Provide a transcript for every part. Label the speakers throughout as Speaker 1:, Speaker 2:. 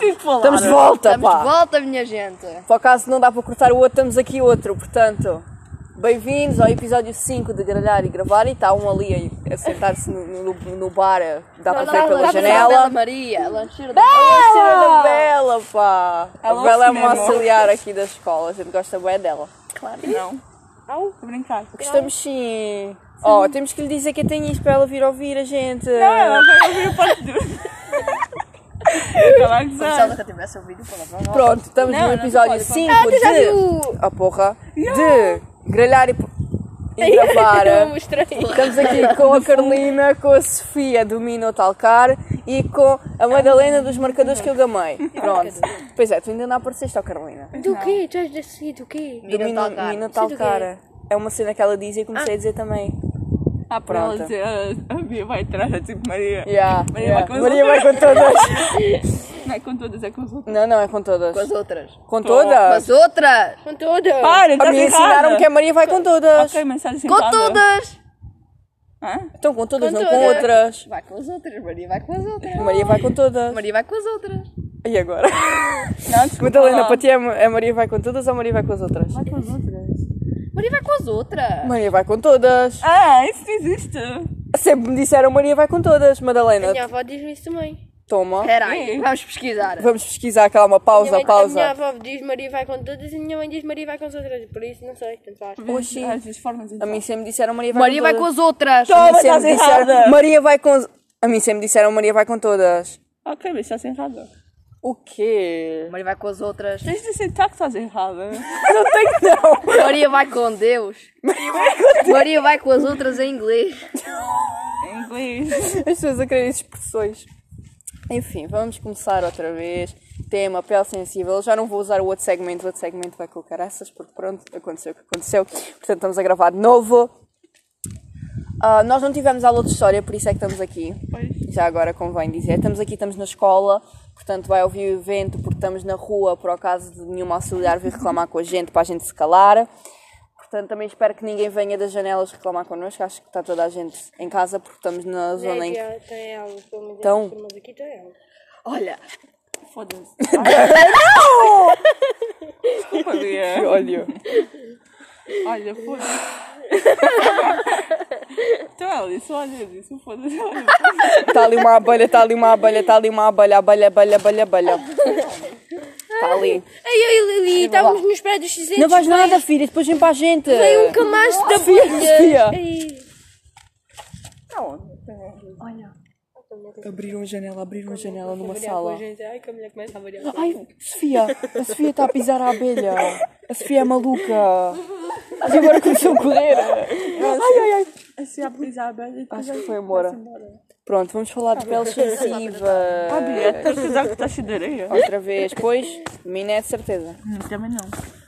Speaker 1: Estamos de volta,
Speaker 2: Estamos
Speaker 1: pá.
Speaker 2: de volta, minha gente.
Speaker 1: Para o caso não dá para cortar o outro, estamos aqui outro. Portanto, bem-vindos ao episódio 5 de Gralhar e Gravar. E está um ali a, a sentar-se no, no, no bar, dá para ver pela
Speaker 2: Lá vem a Bela
Speaker 1: janela.
Speaker 2: Maria, lancheira
Speaker 1: A senhora Bela, pá! A
Speaker 3: Ela
Speaker 1: Bela é uma
Speaker 3: cinema.
Speaker 1: auxiliar aqui da escola, a gente gosta bem dela.
Speaker 3: Não. Estou a brincar.
Speaker 1: Gostamos sim! Oh, temos que lhe dizer que tem isto para ela vir ouvir a gente.
Speaker 3: Não, ela vai ouvir o parte do. Estava a
Speaker 2: Se
Speaker 3: gozar.
Speaker 2: ela que tivesse ouvido, pelo menos.
Speaker 1: Pronto, estamos
Speaker 3: Não,
Speaker 1: no
Speaker 3: não
Speaker 1: episódio
Speaker 3: pode, pode.
Speaker 1: 5
Speaker 2: Ah, tu já
Speaker 1: de...
Speaker 2: viu?
Speaker 1: Ah, porra! De gralhar e, e gravar.
Speaker 2: Eu mostrei.
Speaker 1: Estamos aqui com a Carolina, com a Sofia do Mino Talcar e com a Madalena dos Marcadores que eu gamei. Pronto. Pois é, tu ainda não apareceste, ó Carolina.
Speaker 4: Do quê? Tu és da Sofia do quê?
Speaker 1: Do Mino,
Speaker 2: Talcar.
Speaker 1: Mino
Speaker 4: Sei do quê.
Speaker 1: Talcar. É uma cena que ela diz e eu comecei a dizer também.
Speaker 3: Ah, para ela
Speaker 1: Pronto.
Speaker 3: dizer, ah, a Bia vai atrás, é tipo Maria.
Speaker 1: Yeah,
Speaker 3: Maria
Speaker 1: yeah.
Speaker 3: vai com as
Speaker 1: Maria vai com todas.
Speaker 3: Não é com todas, é com os outros.
Speaker 1: Não, não, é com
Speaker 2: Com as
Speaker 1: todas.
Speaker 2: outras.
Speaker 1: Com
Speaker 2: Com
Speaker 1: todas?
Speaker 2: as outras.
Speaker 4: Com todas!
Speaker 3: Para,
Speaker 1: A
Speaker 3: estás
Speaker 1: mim ensinaram que a Maria vai com todas.
Speaker 3: Ok, mas estás assim.
Speaker 2: Com todas.
Speaker 1: Então com todas,
Speaker 2: Com
Speaker 1: não com
Speaker 2: todas.
Speaker 1: outras.
Speaker 2: Vai com as outras, Maria, vai com as outras.
Speaker 1: Maria vai com todas.
Speaker 2: Maria vai com as outras.
Speaker 1: E agora?
Speaker 3: Não, desculpa.
Speaker 1: Madalena,
Speaker 3: lá.
Speaker 1: para ti é a Maria vai com todas ou a Maria vai com as outras?
Speaker 3: Vai com as outras.
Speaker 2: Maria vai com as outras.
Speaker 1: Maria vai com todas.
Speaker 3: Ah, isso existe.
Speaker 1: Sempre me disseram Maria vai com todas, Madalena.
Speaker 4: A minha avó diz-me isso também.
Speaker 1: Toma.
Speaker 2: Espera aí, vamos pesquisar.
Speaker 1: Vamos pesquisar, calma,
Speaker 4: Minha mãe-
Speaker 1: pausa,
Speaker 4: A minha
Speaker 1: pausa.
Speaker 4: avó diz Maria vai com todas e a minha mãe diz Maria vai com as outras. Por isso, não sei, tanto faz.
Speaker 1: Oxi.
Speaker 3: Às vezes formas de
Speaker 1: A mim sempre disseram Maria vai
Speaker 2: Maria
Speaker 1: com
Speaker 2: vai com
Speaker 1: todas.
Speaker 2: as outras.
Speaker 3: Toma,
Speaker 1: A mim sempre
Speaker 3: estás
Speaker 1: disseram-
Speaker 3: errada.
Speaker 1: Maria vai com as- A mim sempre disseram Maria vai com todas.
Speaker 3: Ok, mas estás errada.
Speaker 1: O quê?
Speaker 2: Maria vai com as outras.
Speaker 3: Tens de aceitar que estás errada.
Speaker 1: Não tem que não.
Speaker 2: Maria vai com Deus. Maria vai com as outras em inglês.
Speaker 3: em inglês.
Speaker 1: As pessoas a querem expressões. Enfim, vamos começar outra vez. Tema, pele sensível. Eu Já não vou usar o outro segmento. O outro segmento vai colocar essas, porque pronto, aconteceu o que aconteceu. Portanto, estamos a gravar de novo. Ah, nós não tivemos aula de história, por isso é que estamos aqui. Já agora convém dizer. Estamos aqui, estamos na escola, portanto vai ouvir o evento, porque estamos na rua, por acaso de nenhuma auxiliar vir reclamar com a gente, para a gente se calar. Portanto, também espero que ninguém venha das janelas reclamar connosco. Acho que está toda a gente em casa, porque estamos na zona em que
Speaker 4: Tem, tem ela, pelo menos
Speaker 1: Então.
Speaker 4: as turmas aqui tem ela.
Speaker 2: Olha,
Speaker 3: Foda-se. Desculpa, Bia.
Speaker 1: Olha.
Speaker 3: Olha, foda-se. então ela disse, olha, eu disse, foda-se. olha.
Speaker 1: Está Tá ali uma abelha, está ali uma abelha, está ali uma abelha, abelha, abelha, abelha, abelha. Está ali.
Speaker 4: Ei, eu e Lili, estávamos nos pés dos cinzentos.
Speaker 1: Não vais nada, filha, depois vem para a gente.
Speaker 4: Veio um camacho de
Speaker 1: Sofia, Sofia.
Speaker 4: abelhas. Ei,
Speaker 1: Abriram a janela, abriram a janela numa
Speaker 4: variar com a
Speaker 1: sala.
Speaker 4: gente. Ai, que a mulher começa a variar.
Speaker 1: Ai, Sofia, a Sofia está a pisar a abelha. A Sofia é maluca. Mas agora começou a correr. Ai, ai, ai.
Speaker 3: Assim, a brisa aberta e depois
Speaker 1: Acho que foi embora. Pronto, vamos falar de peles
Speaker 3: Tá
Speaker 1: sensíveis.
Speaker 3: Bia, tens que dar que estás cheia de areia.
Speaker 1: Outra vez, pois, de mim não é de certeza.
Speaker 3: Também não.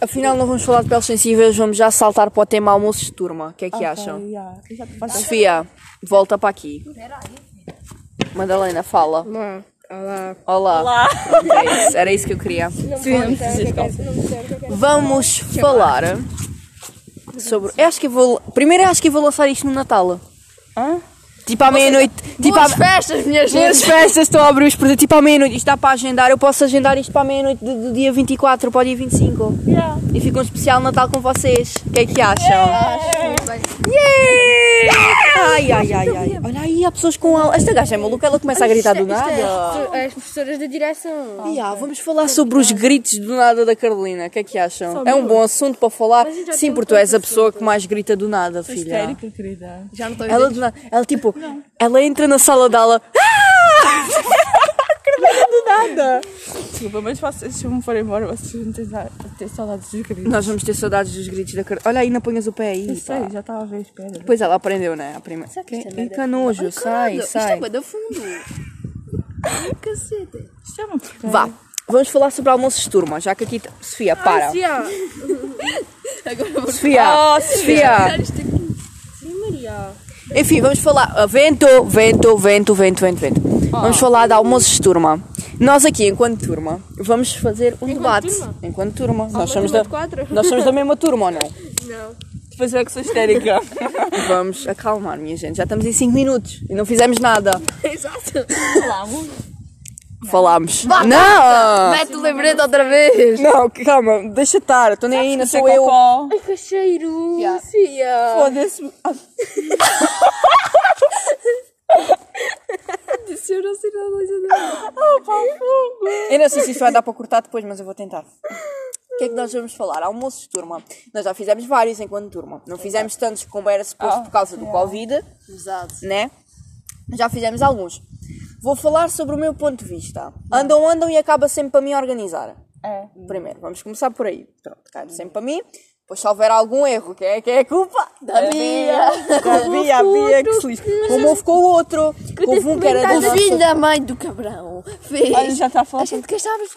Speaker 1: Afinal, não vamos falar de peles sensíveis, vamos já saltar para o tema almoços de turma. O que é que acham? Sofia, volta para aqui. Madalena, fala.
Speaker 4: Olá.
Speaker 1: Olá.
Speaker 3: Olá.
Speaker 1: Era isso, era isso que eu queria. Vamos falar sobre. Eu acho que eu vou. Primeiro, eu acho que eu vou lançar isto no Natal.
Speaker 3: Hã?
Speaker 1: Tipo à meia-noite. Tipo à.
Speaker 2: boas festas, minha
Speaker 1: As
Speaker 2: gente.
Speaker 1: festas estão a abrir os produtos. Tipo à meia-noite. Isto dá para agendar. Eu posso agendar isto para a meia-noite do, do dia 24 para o dia 25. E fica um especial Natal com vocês. O que é que acham? Yeah! Ai, ai, ai, ai. Olha aí, há pessoas com aula. Esta gaja é maluca, ela começa a gritar do nada.
Speaker 4: é As professoras da direção.
Speaker 1: Ya, vamos falar sobre os gritos do nada da Carolina. O que é que acham? é um bom assunto para falar. Sim, porque tu és a pessoa que mais grita do nada, filha.
Speaker 3: Histérica, querida.
Speaker 2: Já não estou
Speaker 1: Ela, do nada- ela tipo, ela entra na sala dela.
Speaker 3: Desculpa, mas vocês, se eu me for embora, vocês vão ter, ter saudades dos queridos.
Speaker 1: Nós vamos ter saudades dos gritos da Carolina. Olha aí, não ponhas o pé
Speaker 2: É
Speaker 1: aí.
Speaker 3: Não
Speaker 1: pá.
Speaker 3: sei, já estava a ver, espera.
Speaker 1: Pois ela aprendeu, né? A prima. E canojo, sai,
Speaker 2: Isto é
Speaker 1: sai.
Speaker 2: bué da fundo. Cacete.
Speaker 3: Isto é uma porcaria.
Speaker 1: Vá, vamos falar sobre almoços de turma, já que aqui. t- Sofia, para.
Speaker 2: Agora vou
Speaker 1: Sofia, Sofia.
Speaker 2: tirar isto aqui.
Speaker 1: Enfim, vamos falar. ah, Vento, vento, vento, vento, vento, vento.
Speaker 2: Ah.
Speaker 1: Vamos falar de almoços de turma. Nós aqui, enquanto turma, vamos fazer um debate. Enquanto turma.
Speaker 2: Ah,
Speaker 1: Nós, somos da, nós somos da mesma turma ou não?
Speaker 3: Depois eu é que sou histérica.
Speaker 1: Vamos acalmar, minha gente. Já estamos em 5 minutos e não fizemos nada.
Speaker 2: Exato.
Speaker 3: Olá, amor.
Speaker 1: Falámos. Não!
Speaker 2: Mete o lembrete outra vez.
Speaker 1: Não, calma, deixa estar, estou nem aí, não
Speaker 4: é
Speaker 1: sou eu.
Speaker 3: Cocó.
Speaker 4: Ai, que cheiro!
Speaker 2: Yeah.
Speaker 4: Sim, yeah.
Speaker 3: Foda-se. Ah,
Speaker 4: Disse eu não sei nada mais
Speaker 1: Ah, Eu não sei se isto vai dar para cortar depois, mas eu vou tentar. O que é que nós vamos falar? Almoços de turma. Nós já fizemos vários enquanto turma. Não fizemos tantos como era
Speaker 4: Ah,
Speaker 1: suposto por causa do Covid,
Speaker 2: Exato.
Speaker 1: né? Já fizemos alguns. Vou falar sobre o meu ponto de vista. Andam, andam e acaba sempre para mim organizar.
Speaker 3: É.
Speaker 1: Primeiro, vamos começar por aí. Pronto, cai sempre para mim. Pois se houver algum erro, quem é que é a culpa? Da Bia! Da Bia, a Bia que se lixa. Como houve com o outro, houve um que era da
Speaker 2: O
Speaker 1: nossa
Speaker 2: filho da mãe do cabrão fez.
Speaker 3: Olha, já está a falar.
Speaker 2: A gente gastávamos.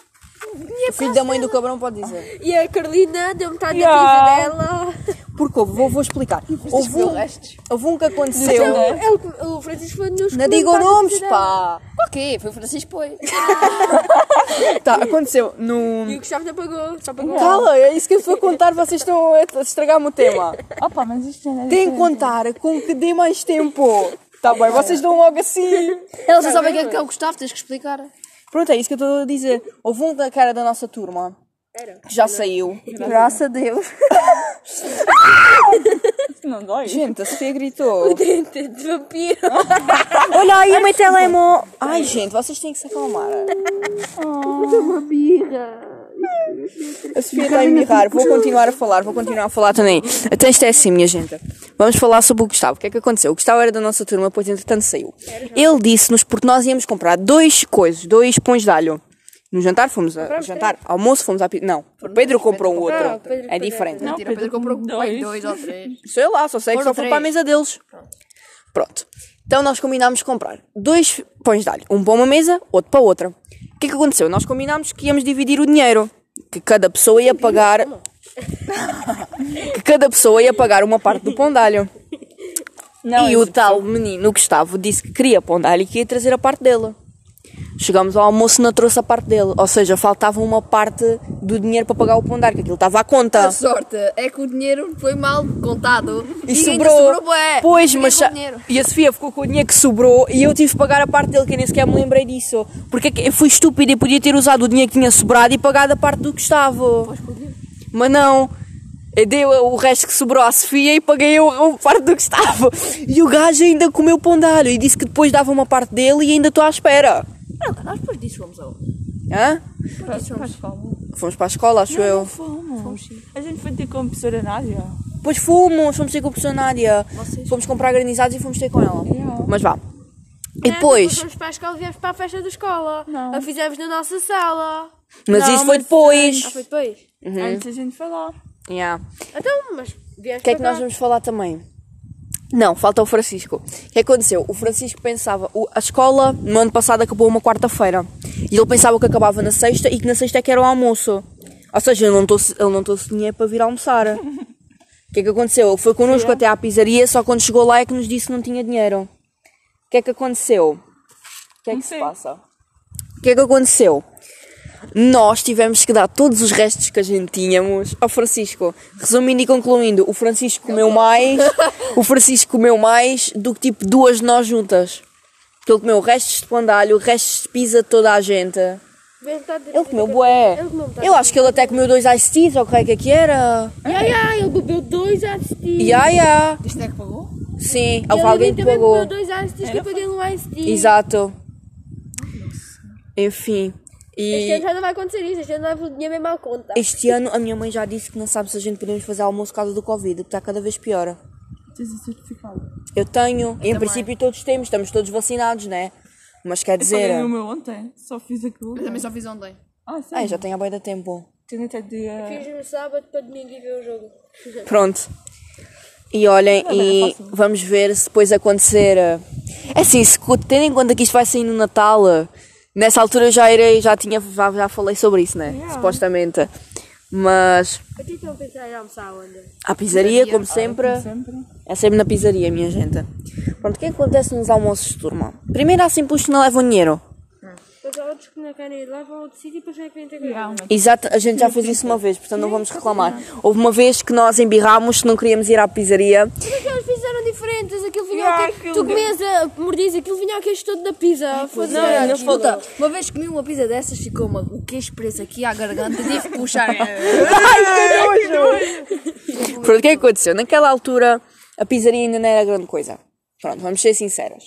Speaker 1: O filho da mãe do cabrão pode dizer.
Speaker 4: E a Carolina deu metade
Speaker 3: Yeah.
Speaker 4: da pizza dela.
Speaker 1: Porque houve, vou, vou explicar. Houve
Speaker 2: é.
Speaker 1: um, houve um que aconteceu.
Speaker 4: É o, que- o Francisco foi-nos
Speaker 1: Não digam
Speaker 2: tá
Speaker 1: nomes, pá!
Speaker 2: Ok, foi o Francisco Poi.
Speaker 1: Tá, aconteceu no.
Speaker 4: E o Gustavo não pagou, só pagou.
Speaker 1: Cala, é isso que eu estou a contar, vocês estão a estragar-me o tema.
Speaker 3: Opa, mas isto não é
Speaker 1: Tem que
Speaker 3: diferente.
Speaker 1: contar com que dê mais tempo. Tá bem, vocês dão logo assim.
Speaker 2: Elas não sabem o que é que é o Gustavo, tens que explicar.
Speaker 1: Pronto, é isso que eu estou a dizer. Houve um da cara da nossa turma
Speaker 4: Era.
Speaker 1: que já saiu.
Speaker 2: Graças a Deus.
Speaker 3: Não dói.
Speaker 1: Gente, a Sofia gritou.
Speaker 4: Dente de vampiro.
Speaker 1: Olha aí o meu telemóvel. Ai, gente, vocês têm que se acalmar. A Sofia está a mirrar. Vou continuar a falar, vou continuar a falar também. Até isto é assim, minha gente. Vamos falar sobre o Gustavo. O que é que aconteceu? O Gustavo era da nossa turma, pois entretanto saiu. Ele disse-nos porque nós íamos comprar dois coisas, dois pães de alho. No jantar fomos a jantar, almoço fomos à pi- Não, o Pedro comprou um
Speaker 4: comprou.
Speaker 1: outro.
Speaker 4: Ah, o Pedro
Speaker 1: É
Speaker 4: pagou.
Speaker 1: diferente.
Speaker 3: Não,
Speaker 2: Tira, Pedro
Speaker 3: Pedro,
Speaker 2: comprou
Speaker 3: dois.
Speaker 2: dois. dois ou três.
Speaker 1: Sei lá, só sei que só
Speaker 2: Foram
Speaker 1: foi para a
Speaker 2: três.
Speaker 1: mesa deles. Pronto. Então nós combinámos comprar dois pães de alho, um para uma mesa, outro para outra. O que é que aconteceu? Nós combinámos que íamos dividir o dinheiro, que cada pessoa ia pagar. que cada pessoa ia pagar uma parte do pão de alho. e o tal menino Gustavo disse que queria pão de alho e que ia trazer a parte dele. Chegámos ao almoço e não trouxe a parte dele. Ou seja, faltava uma parte do dinheiro para pagar o pão de alho, que aquilo estava à conta.
Speaker 2: A sorte é que o dinheiro foi mal contado.
Speaker 1: E
Speaker 2: Ninguém
Speaker 1: sobrou.
Speaker 2: sobrou bué.
Speaker 1: Pois,
Speaker 2: Fiquei
Speaker 1: mas.
Speaker 2: com o
Speaker 1: sa-
Speaker 2: dinheiro.
Speaker 1: E a Sofia ficou com o dinheiro que sobrou e eu tive que pagar a parte dele, que eu nem sequer me lembrei disso. Porque é que eu fui estúpida e podia ter usado o dinheiro que tinha sobrado e pagado a parte do Gustavo. Mas não. Eu dei o resto que sobrou à Sofia e paguei eu a parte do Gustavo. E o gajo ainda comeu pão de alho e disse que depois dava uma parte dele e ainda estou à espera.
Speaker 2: Não, tá, nós depois disso fomos ao.
Speaker 1: Hã?
Speaker 3: Faz como?
Speaker 1: Fomos para a escola, acho eu.
Speaker 3: Fomos. A gente foi ter com a professora Nádia.
Speaker 1: Pois fomos, fomos ter com a pessoa Nádia. eh, Fomos comprar granizados e fomos ter com ela. Mas vá. E É, depois.
Speaker 4: Fomos para a escola e viemos para a festa da escola. A fizemos na nossa sala.
Speaker 1: Mas
Speaker 3: Não,
Speaker 1: isso foi
Speaker 3: mas-
Speaker 1: depois.
Speaker 4: Ah, foi depois.
Speaker 3: Antes a gente foi lá.
Speaker 1: Yeah.
Speaker 4: Então, mas viemos
Speaker 1: O que é que
Speaker 4: para
Speaker 1: nós vamos falar também? Não, falta o Francisco. O que é que aconteceu? O Francisco pensava. o- a escola no ano passado acabou uma quarta-feira. E ele pensava que acabava na sexta e que na sexta é que era o almoço. Ou seja, ele não trouxe, ele não trouxe dinheiro para vir almoçar. O que é que aconteceu? Ele foi connosco até à pizzaria, só quando chegou lá é que nos disse que não tinha dinheiro. O que é que aconteceu? O que é que se
Speaker 3: Sim.
Speaker 1: passa? O que é que aconteceu? Nós tivemos que dar todos os restos que a gente tínhamos ao Francisco. Resumindo e concluindo, o Francisco comeu mais, o Francisco comeu mais do que tipo duas de nós juntas. Porque ele comeu restos de pandalho, restos de pizza de toda a gente. Ele comeu bué.
Speaker 4: Ele comeu um metade
Speaker 1: Eu acho que ele até comeu dois ice teas, ou o que é que é que era?
Speaker 4: Yeah, yeah, ele bebeu dois ICTs.
Speaker 1: Ya, ya.
Speaker 3: Isto é que pagou?
Speaker 1: Sim,
Speaker 4: Ele
Speaker 1: houve alguém que
Speaker 4: também
Speaker 1: pagou.
Speaker 4: bebeu dois ICTs que eu paguei um ICT.
Speaker 1: Exato. Enfim. E...
Speaker 4: Este
Speaker 3: é
Speaker 4: ano já não vai acontecer isso. Este ano vai o dinheiro mesmo à conta.
Speaker 1: Este ano a minha mãe já disse que não sabe se a gente podemos fazer almoço por causa do Covid, porque está cada vez pior.
Speaker 3: Tens o certificado.
Speaker 1: Eu tenho, em princípio todos temos, estamos todos vacinados, né? Mas quer dizer.
Speaker 3: Paguei o meu ontem. Só fiz aquilo.
Speaker 2: Eu também só fiz ontem.
Speaker 3: Ah, sim.
Speaker 1: Ai, já tenho a boia da tempo.
Speaker 3: Tenho até eh, dia...
Speaker 4: Fiz no sábado para domingo e ver o jogo.
Speaker 1: Pronto. E olhem,
Speaker 3: bem,
Speaker 1: e
Speaker 3: é fácil.
Speaker 1: vamos ver se depois acontecer. eh, É assim, se co- tendo em conta que isto vai sair no Natal, eh, nessa altura eu já irei, já tinha, já, já falei sobre isso, né?
Speaker 3: Yeah.
Speaker 1: Supostamente. Mas
Speaker 4: então, Eu tinha que pensar em almoçar onde?
Speaker 1: a pizzaria, como sempre.
Speaker 3: Ah, Sempre.
Speaker 1: É sempre na pizzaria, minha gente. Pronto, o que é que acontece nos almoços de turma? Primeiro há sempre um os que não levam dinheiro.
Speaker 4: Depois há outros que não querem ir lá, vão a outro sítio e depois não é que vêm ter que
Speaker 3: Yeah,
Speaker 1: Exato, a gente já fez isso uma vez, portanto não vamos reclamar. Houve uma vez que nós embirrámos que não queríamos ir à pizzaria
Speaker 4: Mas eles fizeram diferentes. Ah, Aquilo vinha
Speaker 3: Yeah,
Speaker 4: ao queijo.
Speaker 3: aquilo-
Speaker 4: Tu comias, a, mordias, aquilo vinha ao queijo todo da pizza. Foda-se.
Speaker 3: Não, é,
Speaker 4: Era
Speaker 3: não
Speaker 4: aquilo.
Speaker 3: foda.
Speaker 2: Puta, uma vez comi uma pizza dessas, ficou uma,
Speaker 4: um
Speaker 2: o queijo preso aqui à garganta, tive que puxar.
Speaker 1: Pronto, o que é que aconteceu? Naquela altura, a pizzaria ainda não era grande coisa. Pronto, vamos ser sinceras.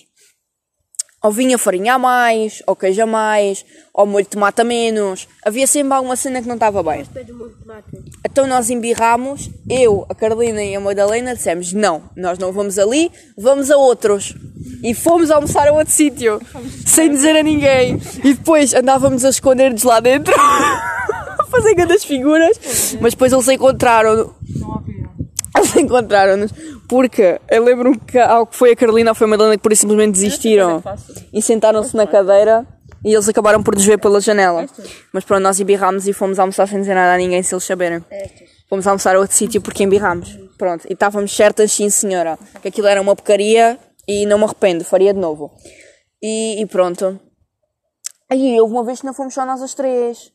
Speaker 1: Ou vinha farinha a mais, ou queijo a mais, ou molho de tomate a menos. Havia sempre alguma cena que não estava bem. Então nós embirramos, eu, a Carolina e a Madalena dissemos: não, nós não vamos ali, vamos a outros. E fomos almoçar a outro sítio, sem dizer a ninguém. E depois andávamos a esconder-nos lá dentro, a fazer grandes figuras. Mas depois eles encontraram eles encontraram-nos porque eu lembro-me que algo que foi a Carolina ou foi a Madalena que por isso simplesmente
Speaker 2: é
Speaker 1: desistiram e sentaram-se na cadeira e eles acabaram por nos ver pela
Speaker 2: É
Speaker 1: janela. Mas pronto, nós embirrámos e fomos almoçar sem dizer nada a ninguém se eles saberem.
Speaker 2: É
Speaker 1: Fomos almoçar a outro sítio porque embirrámos. Pronto, e estávamos certas, sim senhora, que aquilo era uma porcaria e não me arrependo, faria de novo. E, e pronto. Aí houve uma vez que não fomos só nós as três.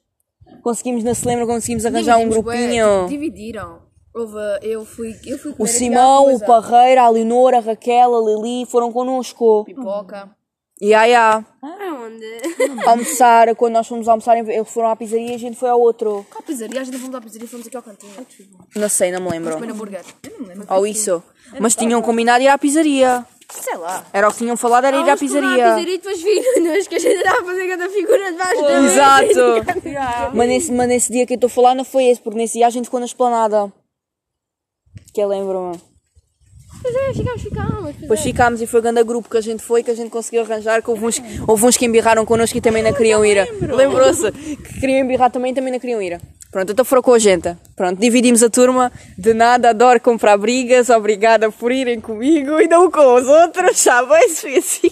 Speaker 1: Conseguimos, não se lembra, conseguimos arranjar um
Speaker 2: Dividimos, bué,
Speaker 1: grupinho.
Speaker 2: tipo, dividiram. Houve, eu fui, eu fui
Speaker 1: O
Speaker 2: comer
Speaker 1: Simão, o
Speaker 2: aquela coisa.
Speaker 1: Parreira, a Leonor, a Raquel, a Lili foram connosco.
Speaker 2: Pipoca.
Speaker 1: E aí, ah,
Speaker 4: Aonde?
Speaker 1: almoçar, quando nós fomos almoçar, eles foram à pizzaria e a gente foi ao outro.
Speaker 2: Qual pizzaria? A gente não fomos à pizzaria, fomos aqui ao cantinho.
Speaker 1: Não sei, não me lembro.
Speaker 2: Comer hambúrguer.
Speaker 1: Ou isso. Mas tinham combinado ir à pizzaria.
Speaker 2: Sei lá.
Speaker 1: Era o que tinham falado, era ir à
Speaker 4: A
Speaker 1: pizzaria.
Speaker 4: pizzaria e depois viram nós que a gente estava a fazer cada figura debaixo da mesa.
Speaker 1: Exato. Mas nesse, mas nesse dia que eu estou a falar não foi esse, porque nesse dia a gente ficou na esplanada. Que eu lembro-me.
Speaker 4: Pois é, ficámos, ficámos. pois
Speaker 1: Depois ficámos e foi o grande grupo que a gente foi, que a gente conseguiu arranjar, que houve uns, houve uns que embirraram connosco e também não queriam ir. Lembrou-se que queriam embirrar também e também não queriam ir. Pronto, então foram com a gente. Pronto, dividimos a turma. De nada, adoro comprar brigas. Obrigada por irem comigo e não com os outros. Sabem? Se foi assim.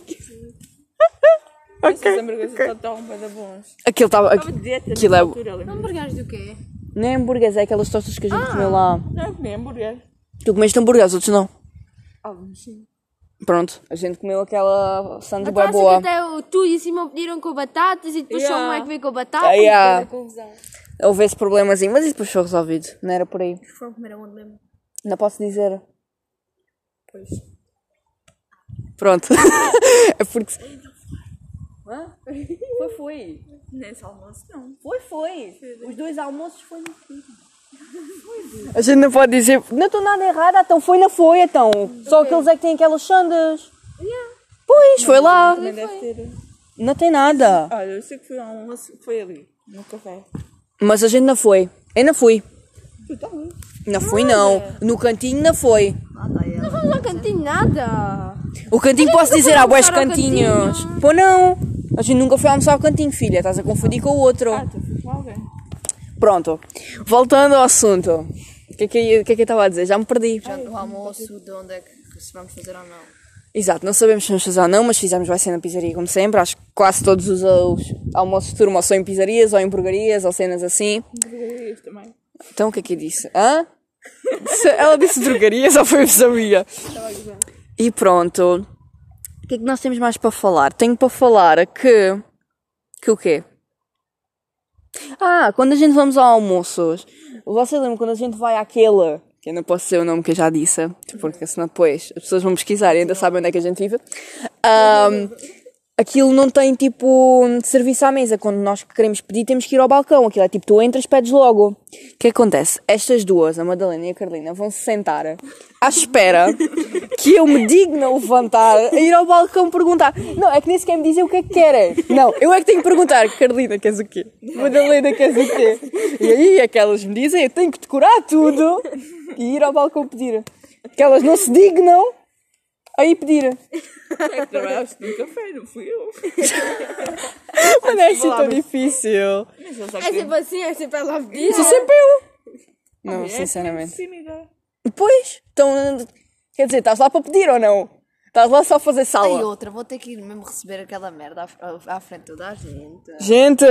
Speaker 3: Esses hambúrgueres estavam bem da bons.
Speaker 1: Aquilo estava.
Speaker 3: Estava de dieta
Speaker 1: Aquilo
Speaker 3: nessa
Speaker 1: é.
Speaker 3: altura, eu lembro.
Speaker 2: Hambúrgueres do quê?
Speaker 1: Não é hambúrgueres, é aquelas tostas que a gente comeu lá.
Speaker 3: Não, eu comi hambúrguer.
Speaker 1: Tu comeste hambúrgueres, outros não.
Speaker 4: Ah,
Speaker 3: Alguns sim.
Speaker 1: Pronto, a gente comeu aquela sanduíche
Speaker 4: Então,
Speaker 1: boa.
Speaker 4: assim que
Speaker 1: boa.
Speaker 4: até o tu e o Simão pediram com batatas e depois só um
Speaker 3: Yeah.
Speaker 4: é que veio com batatas.
Speaker 1: Aí, ah,
Speaker 4: Confusão.
Speaker 1: houve esse problemazinho, mas isso depois foi resolvido. Não era por aí.
Speaker 3: um
Speaker 2: Foram comer aonde mesmo?
Speaker 1: Não posso dizer. Pois. Pronto. é porque.
Speaker 3: Foi, foi. Nesse almoço não. Foi, foi. Os dois almoços foi no fim.
Speaker 1: A gente não pode dizer. Não estou nada errada, então foi, não foi, então. Só aqueles é que têm aquelas sandas. Pois, foi lá.
Speaker 3: Também deve ter.
Speaker 1: Não tem nada.
Speaker 3: Olha, eu sei que foi um almoço, foi ali, no café.
Speaker 1: Mas a gente não foi. Eu não fui.
Speaker 3: Tu tá ali.
Speaker 1: Não fui, não. No cantinho não foi.
Speaker 4: Não fomos ao cantinho nada.
Speaker 1: O cantinho posso dizer, há boas
Speaker 4: almoçar ao
Speaker 1: cantinhos. Pô, não. A gente nunca foi almoçar ao cantinho, filha. Estás a confundir com o outro.
Speaker 3: Ah, tu fui com alguém.
Speaker 1: Pronto. Voltando ao assunto. O que é que eu- o que é que eu estava a dizer? Já me perdi.
Speaker 2: Já no almoço, de onde é que se vamos fazer ou não?
Speaker 1: Exato, não sabemos se vamos fazer ou não, mas fizemos vai ser na pizzaria, como sempre. Acho que quase todos os, os almoços de turma ou são em pizzarias, ou em hamburguerias, ou cenas assim.
Speaker 3: Hambúrgueres também.
Speaker 1: Então o que é que eu disse? Hã? Se- Ela disse drogarias ou foi pizzaria? E pronto. O que é que nós temos mais para falar? Tenho para falar que. Que o quê? Ah, quando a gente vamos ao almoços, você lembra quando a gente vai àquele, que eu não posso dizer o nome que eu já disse, porque senão depois as pessoas vão pesquisar e ainda sabem onde é que a gente vive. Ahm, aquilo não tem tipo serviço à mesa. Quando nós queremos pedir, temos que ir ao balcão. Aquilo é tipo, tu entras, pedes logo. O que acontece? Estas duas, a Madalena e a Carolina, vão se sentar à espera que eu me digna levantar a ir ao balcão perguntar. Não, é que nem sequer me dizem o que é que querem. Não, eu é que tenho que perguntar. Carolina, queres o quê? Madalena, queres o quê? E aí é que elas me dizem, eu tenho que decorar tudo e ir ao balcão pedir. Que elas não se dignam a ir pedir.
Speaker 3: É que trabalhaste no café, não fui eu.
Speaker 1: Mas não é assim tão difícil.
Speaker 3: Mas eu só
Speaker 4: É
Speaker 1: tipo
Speaker 4: sempre assim, é sempre ela a pedir.
Speaker 1: Sou sempre eu. Não, sinceramente.
Speaker 3: tímida.
Speaker 1: Depois, é então, quer dizer, estás lá para pedir ou não? Estás lá só a fazer
Speaker 2: Tem
Speaker 1: sala.
Speaker 2: outra, vou ter que ir mesmo receber aquela merda à, fr- à frente de toda a gente.
Speaker 1: Gente!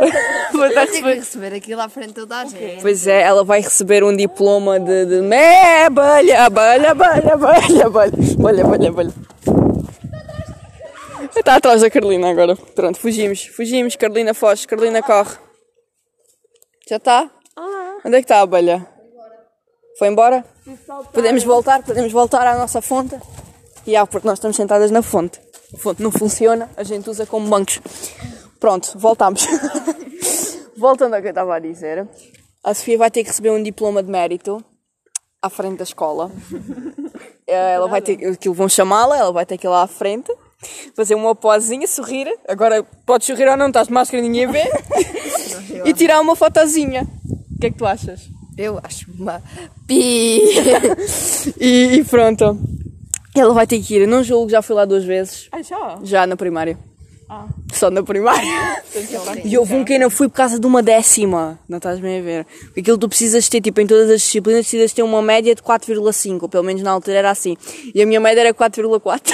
Speaker 1: vou estar a
Speaker 2: Vou ter que
Speaker 1: receber-
Speaker 2: receber aquilo à frente de toda a gente.
Speaker 1: pois é, ela vai receber um diploma de, de... Mé, abelha, abelha, abelha, abelha, abelha, abelha, abelha, abelha. Está atrás da Carolina agora. Pronto, fugimos, fugimos. Carolina foge, Carolina corre. tá? Já está? Onde é que está a abelha? tá Foi embora? Podemos voltar, podemos voltar à nossa fonte. E há, porque nós estamos sentadas na fonte. A fonte não funciona, a gente usa como bancos. Pronto, voltamos. Voltando ao que eu estava a dizer, a Sofia vai ter que receber um diploma de mérito à frente da escola. Eh, Ela vai ter aquilo vão chamá-la, ela vai ter que ir lá à frente, fazer uma posezinha, sorrir. Agora podes sorrir ou não, estás de máscara ninguém vê. e tirar uma fotozinha. O que é que tu achas?
Speaker 2: Eu acho uma pi.
Speaker 1: E, e pronto. Ela vai ter que ir. Não julgo, já fui lá duas vezes.
Speaker 3: Ah, já?
Speaker 1: Já na primária. Só na primária. E houve um que ainda fui por causa de uma décima. Não estás bem a ver? Porque Aquilo tu precisas ter, tipo, em todas as disciplinas, precisas ter uma média de 4,5. ou Pelo menos na altura era assim. E a minha média era 4,4.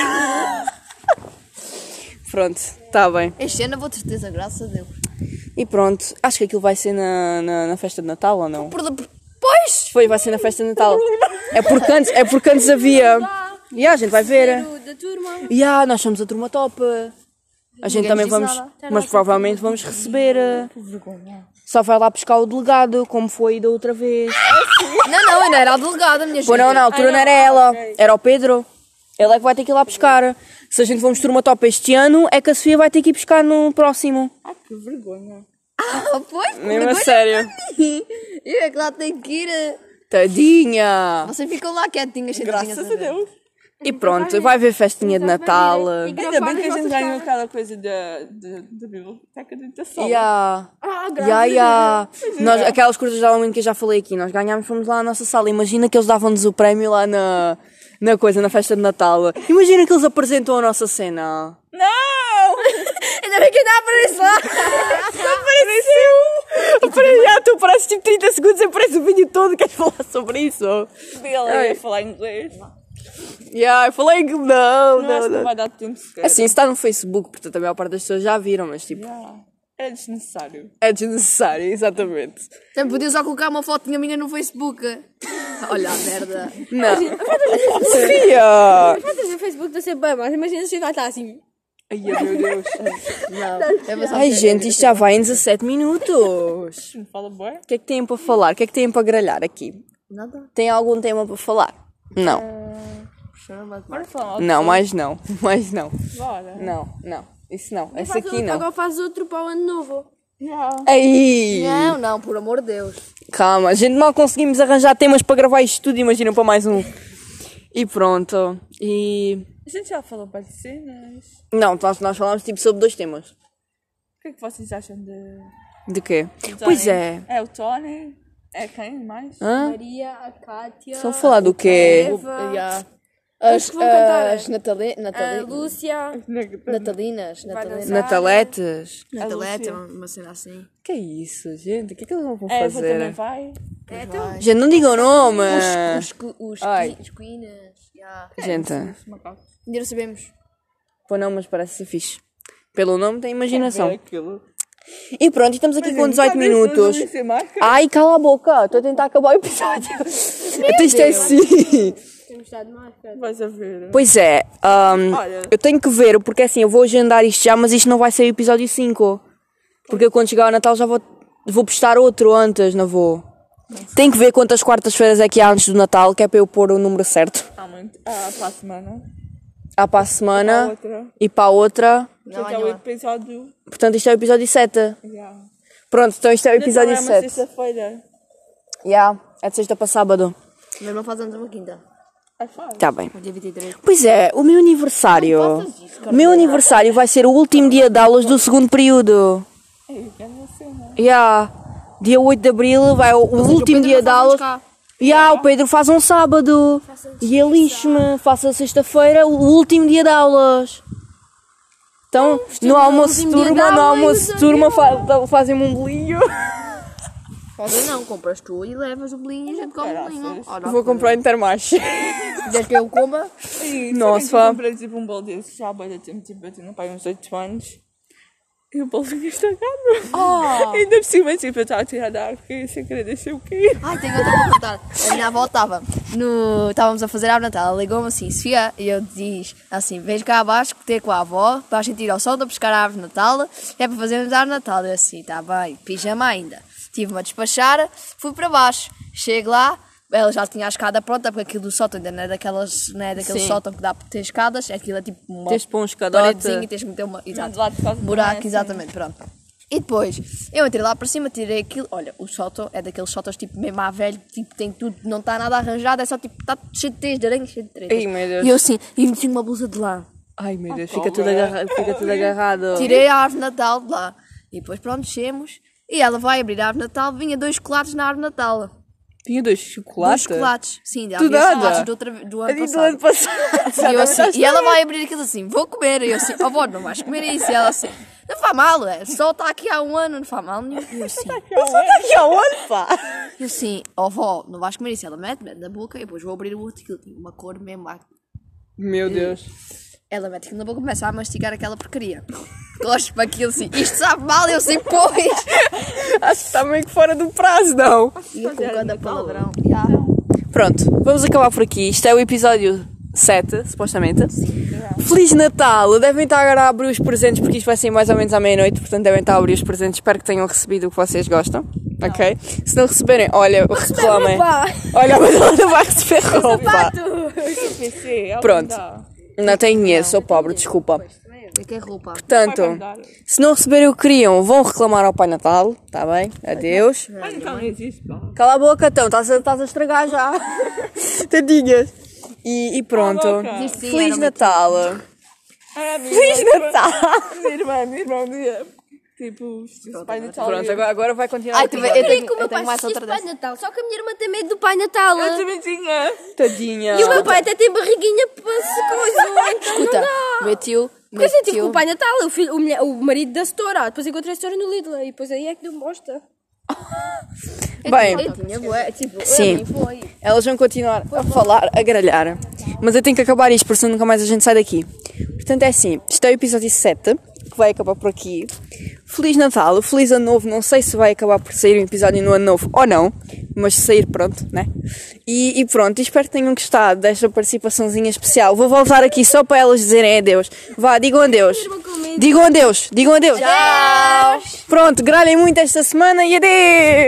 Speaker 1: pronto, está bem.
Speaker 2: Este ano eu vou de certeza, graças a Deus.
Speaker 1: E pronto, acho que aquilo vai ser na, na, na festa de Natal ou não?
Speaker 2: Por- Pois!
Speaker 1: Foi, vai ser na festa de Natal. É porque antes, é porque antes havia. E a gente vai ver.
Speaker 4: Da turma.
Speaker 1: E ah, nós somos a turma top. A gente também
Speaker 2: disse
Speaker 1: vamos.
Speaker 2: nada.
Speaker 1: Mas provavelmente vamos receber. eh, Só vai lá buscar o delegado, como foi da outra vez.
Speaker 2: Não, não, eu não era a delegada, minha gente.
Speaker 1: Pô, não, na altura não era ela, era o Pedro. Ele é que vai ter que ir lá buscar. Se a gente formos turma top este ano, é que a Sofia vai ter que ir buscar no próximo.
Speaker 3: Ah, que vergonha.
Speaker 2: Ah, pois?
Speaker 1: Mesmo a
Speaker 2: Agora-
Speaker 1: sério.
Speaker 2: Eu é que lá tenho que ir. eh.
Speaker 1: Tadinha!
Speaker 2: Vocês ficam lá quietinhas, sentadinhas.
Speaker 3: Graças a Deus.
Speaker 1: E pronto, vai ver festinha de Natal. eh,
Speaker 3: Ainda bem que a gente ganhou aquela coisa da, da, da biblioteca de educação.
Speaker 1: Yeah.
Speaker 3: Ah, graças
Speaker 1: Ya,
Speaker 3: a
Speaker 1: ya. Nós, aquelas coisas de Halloween que eu já falei aqui, nós ganhámos, fomos lá à nossa sala. Imagina que eles davam-nos o prémio lá na, na coisa, na festa de Natal. Imagina que eles apresentam a nossa cena.
Speaker 3: Não!
Speaker 2: Ainda bem que ainda aparece lá.
Speaker 1: Apareceu! Apare... Ah, tu apareces tipo 30 segundos e aparece o vídeo todo. Queres falar sobre isso?
Speaker 3: Ela ia falar inglês. Não,
Speaker 1: Yeah, eu falei que não,
Speaker 3: acho
Speaker 1: não,
Speaker 3: que não É.
Speaker 1: não.
Speaker 3: vai dar tempo sequer.
Speaker 1: Assim, está no Facebook, portanto, a maior parte das pessoas já viram, mas tipo,
Speaker 3: É desnecessário.
Speaker 1: é desnecessário, exatamente.
Speaker 2: Também podia só colocar uma fotinha minha no Facebook. Olha a merda.
Speaker 1: Não. Sofia!
Speaker 4: Quantas no Facebook da bem, mas imagina se nós está assim.
Speaker 1: Ai, meu Deus.
Speaker 2: Não. É mais
Speaker 1: Ai, gente, isto já vai em 17 minutos.
Speaker 3: Não fala boa?
Speaker 1: O que é que têm para falar? O que é que têm para gralhar aqui?
Speaker 2: Nada.
Speaker 1: Tem algum tema para falar? Não.
Speaker 3: Bora falar.
Speaker 1: Não, mais não. Mais não.
Speaker 3: Bora.
Speaker 1: Não, não. Isso não. Essa aqui não.
Speaker 4: Então, Agora faz outro para o ano novo.
Speaker 3: Yeah.
Speaker 1: Aí!
Speaker 2: Não, não, por amor de Deus.
Speaker 1: Calma, a gente mal conseguimos arranjar temas para gravar isto tudo, imagina para mais um. E pronto. E.
Speaker 3: A gente já falou para de cenas.
Speaker 1: Não, nós, nós falámos tipo sobre dois temas.
Speaker 3: O que é que vocês acham de.
Speaker 1: De quê?
Speaker 3: Tony?
Speaker 1: Pois é.
Speaker 3: É o Tony? É quem mais?
Speaker 1: Hã?
Speaker 4: Maria, a Kátia.
Speaker 1: Estão a falar do quê?
Speaker 4: É,
Speaker 2: As,
Speaker 4: que vão cantar,
Speaker 2: as Natali-
Speaker 4: A
Speaker 2: Natali-
Speaker 4: Lúcia.
Speaker 2: Natalinas. Natalinas.
Speaker 4: dançar.
Speaker 1: Nataletas?
Speaker 3: É
Speaker 2: Natalete, uma cena assim.
Speaker 1: Que é isso, gente? O que é que eles vão
Speaker 3: Eva
Speaker 1: fazer?
Speaker 3: também vai.
Speaker 1: Gente, não digam o nome! é.
Speaker 2: Os, cu- os,
Speaker 1: Ai.
Speaker 2: qui- os cuinas. já.
Speaker 4: É
Speaker 1: Gente,
Speaker 2: Ainda não sabemos.
Speaker 1: pô, não, mas parece ser fixe. Pelo nome tem imaginação.
Speaker 3: aquilo.
Speaker 1: E pronto, estamos aqui com 18 minutos.
Speaker 3: Não
Speaker 1: Ai, cala a boca, estou a tentar acabar o episódio. Eu te esqueci.
Speaker 4: Temos estado de máscara.
Speaker 3: vais a ver.
Speaker 1: Pois é, ahm,
Speaker 3: Olha.
Speaker 1: eu tenho que ver, porque assim, eu vou agendar isto já, mas isto não vai sair o episódio 5. Porque eu quando chegar ao Natal já vou, vou postar outro antes, não vou. Tenho que ver quantas quartas-feiras é que há antes do Natal, que é para eu pôr o número certo.
Speaker 3: Há muito. Ah, para a semana.
Speaker 1: Há para a semana
Speaker 3: Há outra.
Speaker 1: e para a outra.
Speaker 2: Não,
Speaker 3: Portanto, é o episódio.
Speaker 1: Portanto, isto é o episódio 7.
Speaker 3: Yeah.
Speaker 1: Pronto, então isto é o episódio
Speaker 3: Então, é uma
Speaker 1: 7.
Speaker 3: sexta-feira.
Speaker 1: Yeah, é de sexta para sábado.
Speaker 2: Meu irmão faz anos uma quinta.
Speaker 3: Ah, faz.
Speaker 1: Tá bem.
Speaker 2: No dia 23.
Speaker 1: Pois é, o meu aniversário. O meu aniversário vai ser o último dia de aulas do segundo período.
Speaker 3: Ei, que não sei, não.
Speaker 1: Yeah. Dia 8 de abril vai o, o último dia de aulas. Yeah, o Pedro faz um sábado.
Speaker 2: um
Speaker 1: E é eu lixo-me, faço a sexta-feira, o último dia de aulas. Então, no almoço de
Speaker 2: último dia
Speaker 1: turma,
Speaker 2: de
Speaker 1: no
Speaker 2: aulas,
Speaker 1: almoço de turma, fa- fazem-me um bolinho.
Speaker 2: Fazer não, compras tu e levas o bolinho e a gente come o bolinho. Ó, não.
Speaker 1: Vou comprar um Intermarché.
Speaker 2: assim. Queres que eu coma?
Speaker 3: Ei,
Speaker 1: Nossa.
Speaker 3: sabem que Eu comprei tipo um bolo desse já há muito tempo, tipo, eu tinha um pai uns 8 anos. E o bolo vinha estragado.
Speaker 1: Ah.
Speaker 3: Ainda por cima, tipo, eu estava a tirar da árvore sem querer deixar o quê?
Speaker 2: Ai, tenho outra para contar. A minha avó estava. no- Estávamos a fazer a Natal. Ela ligou-me assim, Sofia. E eu diz assim: Vens cá abaixo ter com a avó. Vais sentir ao sol de pescar a árvore de Natal. É para fazermos a árvore de Natal. "Tá Eu assim: Está bem, pijama ainda. Tive-me a despachar. Fui para baixo. Chego lá. ela já tinha a escada pronta, porque aquilo do sótão ainda não é, daquelas, não é daquele
Speaker 1: Sim.
Speaker 2: sótão que dá para ter escadas, aquilo é tipo uma
Speaker 1: Tens de pôr um escadote.
Speaker 2: paredezinha e tens de meter uma. Exato,
Speaker 3: de lado de casa também é
Speaker 2: Hum. buraco,
Speaker 3: assim.
Speaker 2: exatamente, pronto. E depois, eu entrei lá para cima, tirei aquilo. Olha, o sótão é daqueles sótãos tipo mesmo à velho, tipo tem tudo, não está nada arranjado, é só tipo, está cheio de três de aranhas, cheio de três.
Speaker 1: Ai, meu Deus.
Speaker 2: E eu assim, e meti uma blusa de lã.
Speaker 1: Ai meu Deus, fica tudo agarrado. Fica tudo agarrado.
Speaker 2: Tirei a árvore de Natal de lá. E depois, pronto, descemos. E ela vai abrir a árvore de Natal. Vinha dois colados na árvore de Natal.
Speaker 1: Tinha dois
Speaker 2: Dois
Speaker 1: chocolates.
Speaker 2: colados. Sim, já
Speaker 1: Do
Speaker 2: havia
Speaker 1: nada?
Speaker 2: chocolates do, outra, do ano
Speaker 1: Ali do
Speaker 2: passado.
Speaker 1: ano passado.
Speaker 2: E, eu assim- e ela vai abrir aquilo assim, vou comer. E eu assim, oh, vó, não vais comer isso. E ela assim, não faz mal, é. só está aqui há um ano, não faz mal nenhum. E eu assim,
Speaker 1: Está aqui ao olho, pá.
Speaker 2: eu assim, oh, vó, não vais comer isso. Ela mete, mete na boca e depois vou abrir o outro. Aquilo tem uma cor mesmo. lá.
Speaker 1: Meu Deus.
Speaker 2: Ela mete aquilo na boca e começa a mastigar aquela porcaria. Gosto para aquilo assim, isto sabe mal. Eu assim, pois.
Speaker 1: Acho que está Tá meio que fora do prazo, não.
Speaker 2: E eu colocando a palavrão.
Speaker 1: Pronto, vamos acabar por aqui. Isto é o episódio 7, supostamente. Feliz Natal! Devem estar agora a abrir os presentes, porque isto vai sair mais ou menos à meia-noite, portanto devem estar a abrir os presentes. Espero que tenham recebido o que vocês gostam, ok? Se não receberem, olha, reclamem. Olha, a Madalena vai receber roupa.
Speaker 3: é
Speaker 1: Pronto. Não tenho dinheiro, sou pobre, desculpa.
Speaker 2: Que é roupa.
Speaker 1: Portanto, se não receberem o que queriam, vão reclamar ao Pai Natal, tá bem? Adeus.
Speaker 3: Ai, então não existe, pá.
Speaker 1: Cala a boca, então, estás a, estás a estragar já. Tadinhas. E, e pronto.
Speaker 3: Cala a boca.
Speaker 2: Diz sim, era
Speaker 1: Feliz
Speaker 2: uma
Speaker 1: Natal.
Speaker 3: Ah, minha
Speaker 1: Feliz
Speaker 3: irmã-
Speaker 1: Natal.
Speaker 3: Minha irmã, minha irmã um dia. Tipo, o pai Natal.
Speaker 1: Pronto,
Speaker 3: ia-
Speaker 1: agora, agora vai continuar.
Speaker 2: Ai,
Speaker 1: o
Speaker 2: tu
Speaker 1: episódio.
Speaker 2: vai- eu
Speaker 4: Queria
Speaker 2: tenho-
Speaker 4: que o meu
Speaker 2: eu
Speaker 4: pai
Speaker 2: tenho mais
Speaker 4: mais
Speaker 2: outra
Speaker 4: outra
Speaker 2: dessa.
Speaker 4: Pai Natal, só que a minha irmã tem medo do Pai Natal.
Speaker 3: Eu também tinha.
Speaker 1: Tadinha.
Speaker 4: E o meu pai até tem barriguinha para se coisa. Então não
Speaker 2: Escuta,
Speaker 4: dá.
Speaker 2: meu tio. Meu
Speaker 4: Porque assim, tive com
Speaker 2: tio.
Speaker 4: o Pai Natal, o, filho, o, mulher- o marido da setora. Depois encontrei a setora no Lidl e depois aí é que deu mostra.
Speaker 1: Bem,
Speaker 4: Tinha bué, tipo,
Speaker 1: sim. Elas vão continuar a falar, a gralhar. Mas eu tenho que acabar isto, porque senão nunca mais a gente sai daqui. Portanto, é assim. Isto é o episódio 7, que vai acabar por aqui. Feliz Natal, feliz Ano Novo. Não sei se vai acabar por sair um episódio no Ano Novo ou não, mas se sair, pronto, né? E, e pronto, espero que tenham gostado desta participaçãozinha especial. Vou voltar aqui só para elas dizerem adeus. Vá, digam adeus. Digam adeus, digam adeus. Tchau! Pronto, gralhem muito esta semana e adeus!